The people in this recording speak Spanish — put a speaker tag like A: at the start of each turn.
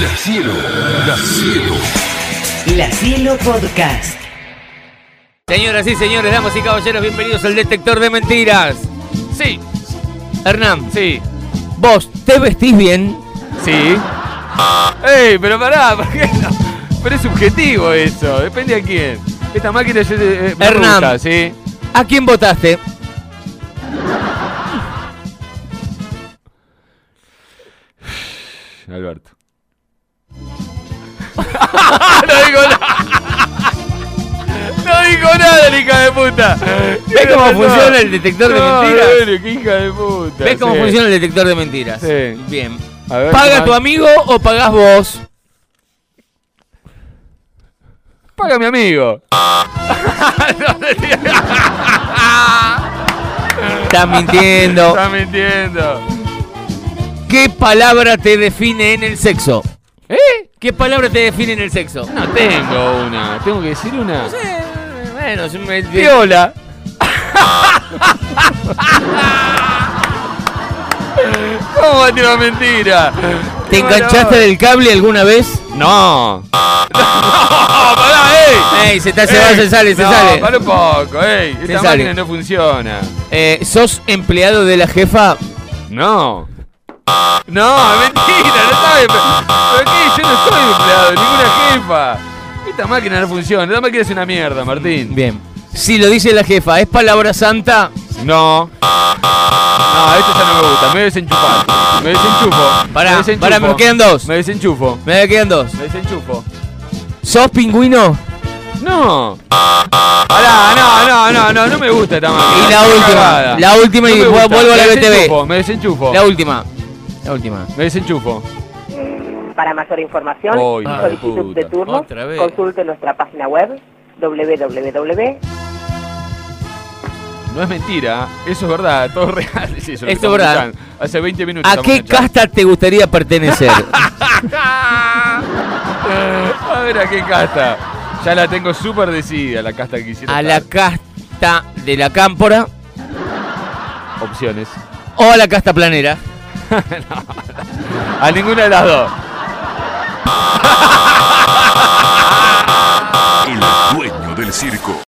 A: La cielo, la cielo.
B: La Cielo Podcast.
C: Señoras y señores, damas y caballeros, bienvenidos al detector de mentiras.
D: Sí,
C: Hernán,
D: sí,
C: vos te vestís bien.
D: sí. ¡Ey, pero pará! ¿por qué no? Pero es subjetivo eso, depende a quién. Esta máquina yo eh, me
C: Hernán.
D: gusta, sí.
C: ¿A quién votaste?
D: Alberto. no digo nada. No digo nada, la hija de puta.
C: ¿Ves cómo funciona el detector de
D: No,
C: mentiras?
D: bueno, qué hija de puta.
C: ¿Ves cómo
D: sí.
C: funciona el detector de mentiras?
D: Sí.
C: Bien.
D: A ver,
C: ¿Paga
D: ¿cómo
C: tu
D: es?
C: amigo o pagás vos?
D: Paga mi amigo.
C: Estás mintiendo.
D: Está mintiendo.
C: ¿Qué palabra te define en el sexo?
D: ¿Eh?
C: ¿Qué palabra te define en el sexo?
D: No tengo una. ¿Tengo que decir una?
C: Eh, Bueno, yo me...
D: Viola. ¿Cómo va a tirar mentira?
C: ¿Te enganchaste del cable alguna vez?
D: No. No, pará, ey.
C: Ey, se está- Eh, se va, se sale, se
D: Ah. no,
C: sale.
D: Para un poco, ey.
C: Se
D: Esta
C: sale.
D: máquina no funciona.
C: Eh, ¿Sos empleado de la jefa?
D: No. No, es mentira, no sabe. ¿Pero qué? Yo no soy empleado, de ninguna jefa. Esta máquina no funciona. Esta máquina es una mierda, Martín.
C: Bien. Si lo dice la jefa, ¿es palabra santa?
D: No. No, esto ya no me gusta. Me desenchufar. Me desenchufo.
C: Pará,
D: me desenchufo.
C: pará, me quedan dos.
D: Me desenchufo.
C: Me quedan dos.
D: Me desenchufo.
C: ¿Sos pingüino?
D: No. Pará, no, no, no, no, no me gusta esta máquina.
C: Y la
D: Qué
C: última,
D: cagada.
C: la última y
D: me
C: vuel-
D: gusta.
C: vuelvo a la
D: Me
C: BTV.
D: desenchufo, Me desenchufo.
C: La última. La última.
D: Me desenchufo.
E: Para mayor información,
D: Ay, hija de
E: solicitud
D: puta.
E: de turnos,
C: Otra vez.
E: consulte nuestra página web www.
D: No es mentira, eso es verdad, todo es real. Sí, eso lo
C: Esto es
D: que estamos
C: verdad.
D: escuchando. Hace 20 minutos.
C: ¿A qué
D: estamos
C: casta te gustaría pertenecer?
D: enganchados. A ver, ¿a qué casta? Ya la tengo súper decidida, la casta que quisiera.
C: ¿A la
D: estar.
C: casta de la cámpora
D: Opciones.
C: o a la casta planera?
D: A ninguna de las dos.
A: El dueño del circo.